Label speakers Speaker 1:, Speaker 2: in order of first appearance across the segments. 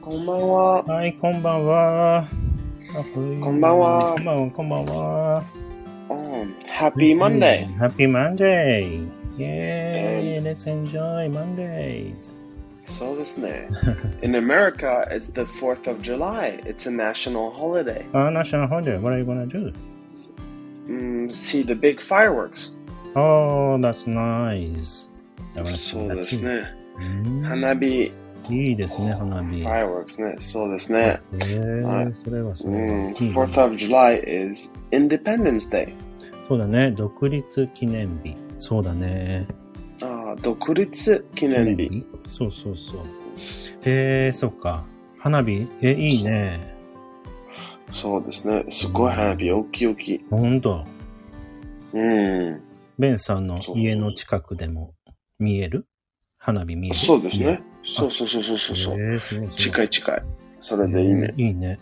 Speaker 1: こんばんは。
Speaker 2: はい、こんばんは。こ
Speaker 1: んばんは
Speaker 2: こんばんは、こんばんは。
Speaker 1: うん、Happy Monday.
Speaker 2: Happy Monday. Yay, let's enjoy Mondays.
Speaker 1: そうですね。In America, it's the 4th of July. It's a national holiday.
Speaker 2: Ah, national holiday, what are you gonna do?
Speaker 1: Mm, see the big fireworks.
Speaker 2: Oh, that's nice.
Speaker 1: そうです
Speaker 2: ね。
Speaker 1: ね。
Speaker 2: うん
Speaker 1: 花火、
Speaker 2: いいですね、花火。
Speaker 1: fireworks ね。そうですね。
Speaker 2: え
Speaker 1: は
Speaker 2: ー、
Speaker 1: い
Speaker 2: それはそれ
Speaker 1: うん、
Speaker 2: は。いい
Speaker 1: 4th of July is Independence Day.
Speaker 2: そうだね、独立記念日。そうだね。
Speaker 1: ああ、独立記念日。
Speaker 2: そうそうそう。へえー、そっか。花火え、いいね。
Speaker 1: そうですね。すごい花火、大きい大きい。
Speaker 2: ほんと。
Speaker 1: うん。
Speaker 2: ベンさんの
Speaker 1: そう
Speaker 2: 家の近くでも見える花火見える
Speaker 1: そうですね。。そうそうそうそうそうそう。
Speaker 2: えー、すごいすご
Speaker 1: 近
Speaker 2: い。
Speaker 1: い近い。それでいいね。
Speaker 2: いいね。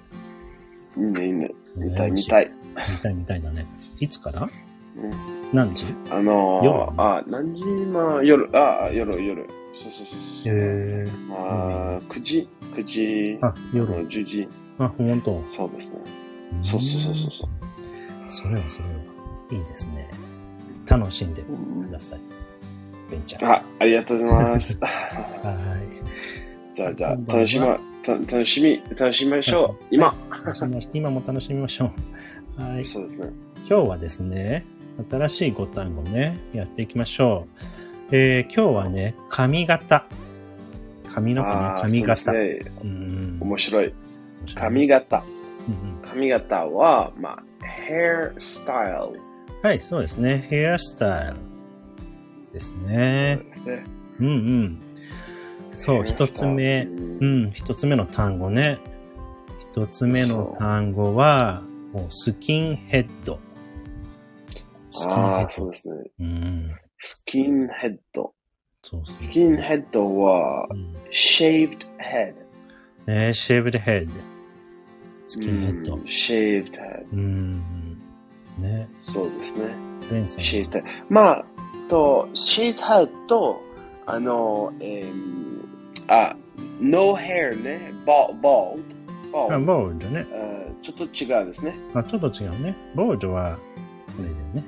Speaker 1: いいね、いいね。見たい、
Speaker 2: 羨まし
Speaker 1: 見
Speaker 2: い
Speaker 1: たい。
Speaker 2: 見たい見たいだね。いつから
Speaker 1: うん
Speaker 2: 何時
Speaker 1: あの
Speaker 2: 夜
Speaker 1: ー、あ、何時今、夜、あ、夜、夜。そうそうそうそう。
Speaker 2: え
Speaker 1: あー9時、9時、
Speaker 2: あ、
Speaker 1: あ
Speaker 2: 夜。
Speaker 1: の10時。
Speaker 2: あ、ほんと。
Speaker 1: そうですね。そうそうそうそう。
Speaker 2: うん。それはそれは。いいですね。楽しんで
Speaker 1: う
Speaker 2: く
Speaker 1: ん
Speaker 2: ださい。ベンちゃん。は
Speaker 1: あ、ありがとうございます。
Speaker 2: ー
Speaker 1: じゃあ、じゃあ
Speaker 2: こん、ばんは
Speaker 1: 楽しま、た楽しみ、楽しみましょう。今。
Speaker 2: い。楽しみまし今も楽しみましょう。はい。
Speaker 1: そうですね。
Speaker 2: 今日はですね、新しいご単語ね、やっていきましょう。えー、今日はね、髪型。髪の毛ね
Speaker 1: あ、ー
Speaker 2: 髪型。
Speaker 1: そうですね。
Speaker 2: うん
Speaker 1: 面白い。
Speaker 2: 面白い
Speaker 1: 髪型。
Speaker 2: うんうん
Speaker 1: 髪型は、まあ、hair style
Speaker 2: はい、そうですね。ヘアスタイルですね。
Speaker 1: ですね。
Speaker 2: うんうん。そう、一つ目。
Speaker 1: う。
Speaker 2: うんん、一つ目の単語ね。一つ目の単語は、もうスキンヘッド。スキンヘ
Speaker 1: ああ、
Speaker 2: ッ
Speaker 1: そ
Speaker 2: ド。
Speaker 1: うですね。
Speaker 2: うん。
Speaker 1: スキンヘッド。
Speaker 2: そうそう。
Speaker 1: スキンヘッドは
Speaker 2: う、ん
Speaker 1: shaved head。
Speaker 2: ね、シェーブドヘッド。スキンヘッド。
Speaker 1: shaved head。
Speaker 2: うん。ね、
Speaker 1: そうですね。
Speaker 2: ベンさん。
Speaker 1: shaved head。まあ、と、shaved head と、あの、えー、あ、no hair ね。bald, bald,
Speaker 2: あ、
Speaker 1: bald
Speaker 2: ボールドね。
Speaker 1: えーちょっと違うですね。
Speaker 2: あ、ちょっと違うね。ボールドは、これだよね。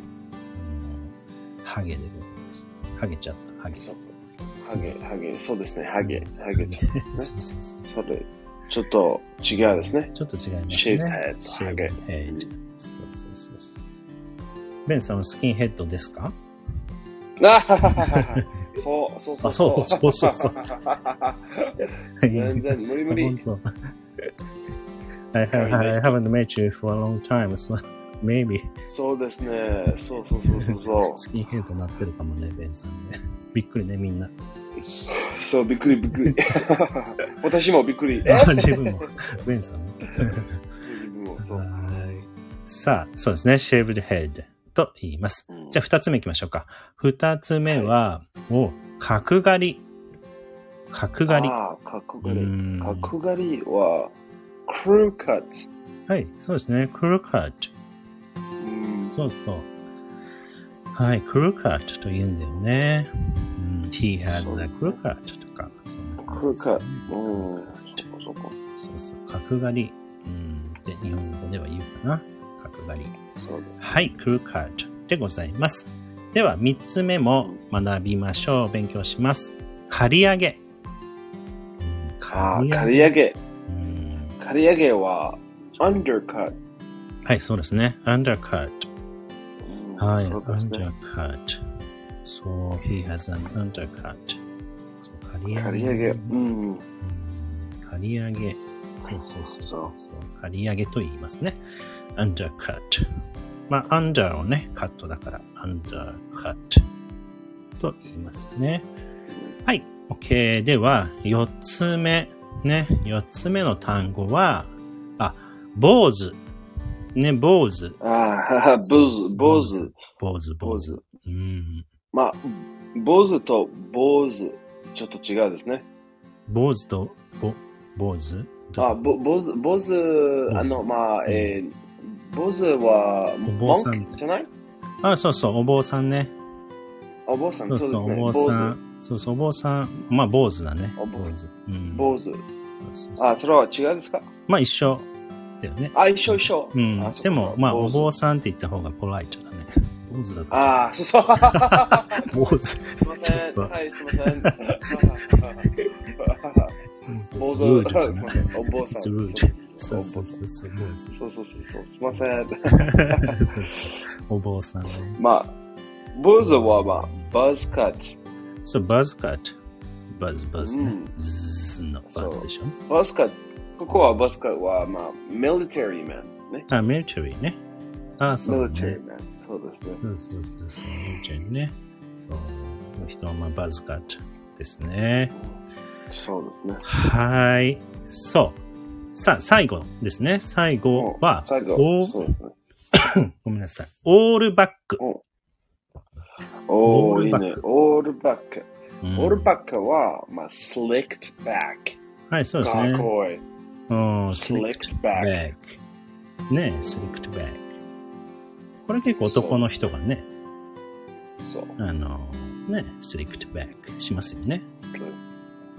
Speaker 2: あのハゲでございます。ハゲちゃった。ハゲ。
Speaker 1: そう。ハゲ、ハゲ、そうですね。ハゲ、ハゲちゃん。
Speaker 2: そうそうそう
Speaker 1: それ、ちょっと違うですね。
Speaker 2: ちょっと違いますね。
Speaker 1: Shaved head
Speaker 2: シェーブドヘッド。そうそうそうそう。ベンさんはスキンヘッドですか
Speaker 1: あははははそう、そうそう。
Speaker 2: あそうそうそうそう
Speaker 1: 全然無理無理。
Speaker 2: 本当 I, have, I haven't met you for a long time, so maybe
Speaker 1: そうですね。そうそうそうそうそ
Speaker 2: スキンヘッドなってるかもね、ベンさんね。 びっくりね、みんな。
Speaker 1: う。そう、びっくりびっく り。私もびっくり。え
Speaker 2: 自分も、ベンさんも。
Speaker 1: 自分もそう。
Speaker 2: はいさあ、そうですね。シェーブドヘッドと言います。
Speaker 1: うん
Speaker 2: じゃあ、二つ目行きましょうか。二つ目は、お、角刈り。角刈り。
Speaker 1: ああ、角
Speaker 2: う
Speaker 1: 刈り。
Speaker 2: んは
Speaker 1: 角刈りは、クルーカット。
Speaker 2: い、そうですね。クルーカット。
Speaker 1: うん
Speaker 2: そうそう。はい、クルーカットと言うんだよね。うん、he
Speaker 1: そ
Speaker 2: has
Speaker 1: うで
Speaker 2: a
Speaker 1: すね
Speaker 2: クルーカットとか、そんな感
Speaker 1: ク
Speaker 2: じ
Speaker 1: ルー
Speaker 2: です
Speaker 1: カ
Speaker 2: ね
Speaker 1: ット。うん。そこそこ。
Speaker 2: そうそう、角刈り。うん、で、日本語では言うかな。角刈り。
Speaker 1: そうです。
Speaker 2: はい、クルーカージュでございます。では、三つ目も学びましょう。勉強します。刈り上げ。
Speaker 1: ああ、刈り上げ。
Speaker 2: うん
Speaker 1: 刈り上げは、アンダーカット。
Speaker 2: はい、そうですね。アンダーカット。
Speaker 1: うん
Speaker 2: はい、ア
Speaker 1: そうです
Speaker 2: ンダ
Speaker 1: ね。
Speaker 2: ーカット。そう、he has an undercut. そう刈り上げ。
Speaker 1: 刈り上げ。うん。
Speaker 2: うん刈り上げ。そうそうそ
Speaker 1: そう
Speaker 2: うそう。刈り上げと言いますね。アンダーカット。まあ、アンダーをね、カットだから、アンダーカットと言いますよね。はい。OK。では、四つ目。ね。四つ目の単語は、あ、坊主。ね、坊主。
Speaker 1: ああ、 坊主、坊主。。
Speaker 2: 坊主、坊主。うん。
Speaker 1: まあ、坊主と坊主、ちょっと違うですね。
Speaker 2: 坊主と、ぼ、坊主
Speaker 1: あ、ぼ坊主、坊主、あの、まあ、えー、坊主は、
Speaker 2: お坊
Speaker 1: モ
Speaker 2: さん
Speaker 1: ンクじゃない
Speaker 2: あ、そうそう、お坊さんね。
Speaker 1: お坊さん、
Speaker 2: そう
Speaker 1: そう
Speaker 2: そう、お
Speaker 1: で
Speaker 2: 坊
Speaker 1: す
Speaker 2: さ
Speaker 1: ね。
Speaker 2: ん。そうそう、お坊さん。まあ、坊主だね。
Speaker 1: お坊
Speaker 2: 坊主。うん
Speaker 1: 坊主。坊主。
Speaker 2: そうそう
Speaker 1: あ、それは違うんですか
Speaker 2: まあ一緒だよね。
Speaker 1: あ、一緒一緒。
Speaker 2: うん
Speaker 1: あ。そっか
Speaker 2: でも、まあ、お
Speaker 1: 坊
Speaker 2: 坊さんって言った方がポライトだね。坊主だ
Speaker 1: 主ああ、そうそう。
Speaker 2: と。坊主。ち
Speaker 1: すいません。
Speaker 2: ょっ
Speaker 1: はい、すいませ ん。
Speaker 2: と。
Speaker 1: 坊主、
Speaker 2: ルー
Speaker 1: す
Speaker 2: ルだ
Speaker 1: い
Speaker 2: な
Speaker 1: ま。せん。お坊さん。
Speaker 2: It's rude
Speaker 1: そ
Speaker 2: そうう
Speaker 1: そ
Speaker 2: そううそうそう、坊主。
Speaker 1: そうそうそう。すいません。
Speaker 2: お坊さんね。
Speaker 1: まあ、坊主はまあ、バズカッ
Speaker 2: そう、バズカット。バズバズ
Speaker 1: う
Speaker 2: ね
Speaker 1: ん。
Speaker 2: ズーのバズでしょ。
Speaker 1: ト。バズカット。ここはバズカットはまあ、ミリタリーマン。ね。
Speaker 2: あ、ミリタリーね。あ、
Speaker 1: ミ
Speaker 2: そう
Speaker 1: リ
Speaker 2: だ
Speaker 1: タリ
Speaker 2: ね
Speaker 1: ー。マン。そうですね。
Speaker 2: そうそうそうそう、ミリタリーね。そう。この人はまあバズカットですね。
Speaker 1: そうですね。
Speaker 2: はーい。そう。さあ、最後ですね。最後は、
Speaker 1: 最後、
Speaker 2: お
Speaker 1: そうですね。
Speaker 2: ごめんなさい。オールバック。
Speaker 1: お
Speaker 2: オー
Speaker 1: ー、い
Speaker 2: ル
Speaker 1: い
Speaker 2: バック
Speaker 1: ね。オールバック。
Speaker 2: うん
Speaker 1: オールバックは、まあ、スリックバッ
Speaker 2: はい、そう
Speaker 1: ク。
Speaker 2: です
Speaker 1: かっ
Speaker 2: ね。
Speaker 1: こいい。
Speaker 2: うん、
Speaker 1: slicked
Speaker 2: バ
Speaker 1: back
Speaker 2: ック。ねえ、スリックトバック。これ結構男の人がね、
Speaker 1: そう。
Speaker 2: あの、ね、スリックトバックしますよね。
Speaker 1: スリ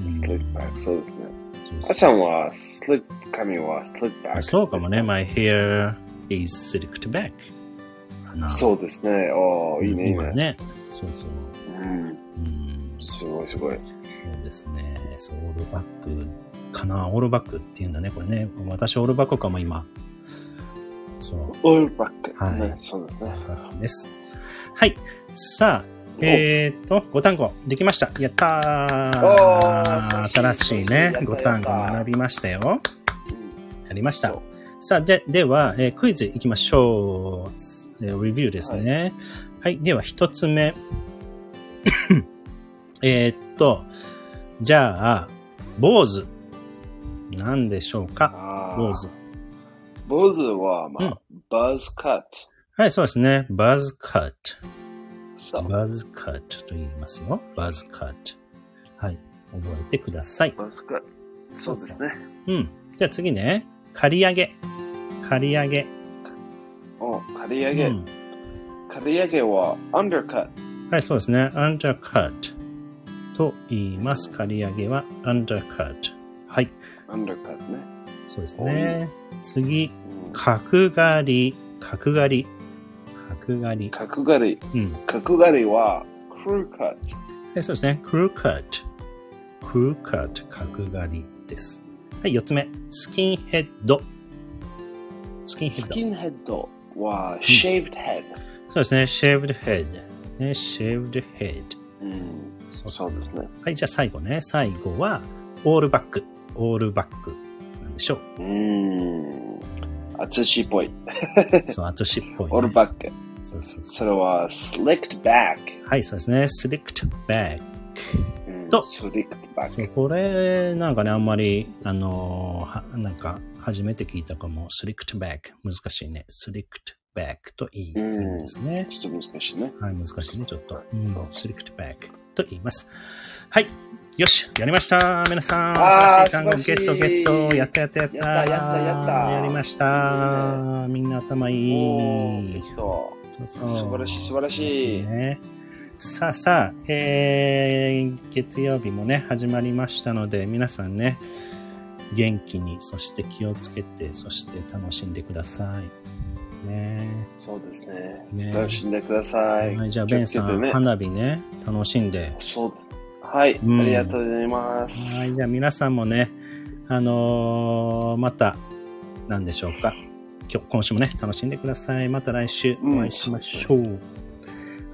Speaker 2: うん
Speaker 1: スリックバック。そうですね。
Speaker 2: そうそう
Speaker 1: あちゃんは、スリップ、髪はスリップバック。
Speaker 2: そうかもね。。My hair is slicked back. かな
Speaker 1: そうですね。おー、いいね、いい
Speaker 2: 今
Speaker 1: ね。
Speaker 2: ね。そうそう。
Speaker 1: うん。
Speaker 2: うん。
Speaker 1: すごい、すごい。
Speaker 2: そうですね。そう、オールバックかな。オールバックっていうんだね。これね。私、オールバックかも、今。そう。
Speaker 1: オールバック。
Speaker 2: はい
Speaker 1: ね、そうですね。
Speaker 2: です。はい。さあ、えーっと、5単語できました。やった
Speaker 1: おー
Speaker 2: ー新しいね
Speaker 1: やったやっ。た
Speaker 2: 5単語学びましたよ。
Speaker 1: うん
Speaker 2: やりまし
Speaker 1: そ
Speaker 2: た
Speaker 1: う。
Speaker 2: さあ、で、では、えークイズいきましょう。えーレビューですね。はい。では、一つ目。 えーっと、じゃあ、坊主。何でしょうか
Speaker 1: あー
Speaker 2: 坊主。
Speaker 1: 坊主は、まあ、バズカット。
Speaker 2: はい、そうですね。バズカッ
Speaker 1: そう
Speaker 2: ト。。バズカットと言いますよ。バズカット。はい。覚えてください。
Speaker 1: バズカット。そうですね。
Speaker 2: うん。じゃあ次ね。刈り上げ。刈り上げ。
Speaker 1: お刈り上げ。
Speaker 2: うん
Speaker 1: 刈り上げは、アンダーカット。
Speaker 2: はい、そうですね。undercut と言います。刈り上げは undercut。はい、
Speaker 1: アンダーカットね。
Speaker 2: そうですね。次、
Speaker 1: うん
Speaker 2: 角刈り。角刈り。角刈り。
Speaker 1: 角刈り。
Speaker 2: うん。
Speaker 1: 角刈りは、クルーカット。
Speaker 2: でそうですね。crew cut。crew cut。角刈りです。はい、四つ目。スキンヘッド。スキンヘ
Speaker 1: ス
Speaker 2: ッド。
Speaker 1: キンヘッドは、シェイブドヘッド。
Speaker 2: そうですね。shaved head。ね、shaved head。
Speaker 1: うん、
Speaker 2: そ
Speaker 1: そうですね。
Speaker 2: はい、じゃあ最後ね。最後は、オールバック。オールバック。なんでしょう。
Speaker 1: うん。淳っぽい。
Speaker 2: そう、後しっぽい、ね。
Speaker 1: オールバック。
Speaker 2: そうそうそ
Speaker 1: それは、スリックバッ
Speaker 2: う。はい、そうですね。スリクトバック。
Speaker 1: ク。うん
Speaker 2: と
Speaker 1: スリックバ
Speaker 2: そう
Speaker 1: ック。
Speaker 2: これ、なんかね、あんまり、あのーは、なんか、初めて聞いたかも。スリクトバック。難しいね。スリクトバックと言いうんですね。
Speaker 1: ちょっと難しいね。
Speaker 2: はい、難しいね、ちょっと。う、
Speaker 1: そうん
Speaker 2: スリクトバックと言います。はい。よし、やりました皆さん
Speaker 1: あー
Speaker 2: 新しい単語
Speaker 1: 素晴
Speaker 2: ゲ
Speaker 1: らしい
Speaker 2: ットゲットやったやったやっ
Speaker 1: や
Speaker 2: た
Speaker 1: ったやったやった
Speaker 2: やりましたみんな頭いい
Speaker 1: おー、えっと、
Speaker 2: そうそう
Speaker 1: 素晴らしい素晴らしい
Speaker 2: そうですね、さあさあ、えー月曜日もね、始まりましたので、皆さんね、元気に、そして気をつけて、そして楽しんでください。ね
Speaker 1: そうですね。
Speaker 2: ね
Speaker 1: 楽しんでください。
Speaker 2: はい、じゃあ、ベン
Speaker 1: 気
Speaker 2: さ
Speaker 1: をつけ
Speaker 2: ん、
Speaker 1: てね、
Speaker 2: 花火ね、楽しんで。
Speaker 1: そうです。はい、
Speaker 2: うん
Speaker 1: ありがとうございます。
Speaker 2: はい、じゃあ皆さんもね、あのーまた、なんでしょうか。今日、今週もね、楽しんでください。また来週お会いしましょう。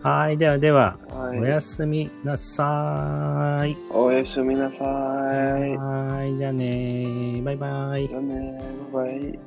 Speaker 2: はい、ではでは、
Speaker 1: は
Speaker 2: おやすみなさーい。
Speaker 1: おやすみなさい。
Speaker 2: はーい、じゃあねー。バイバイ。
Speaker 1: じゃあね、バイバイ。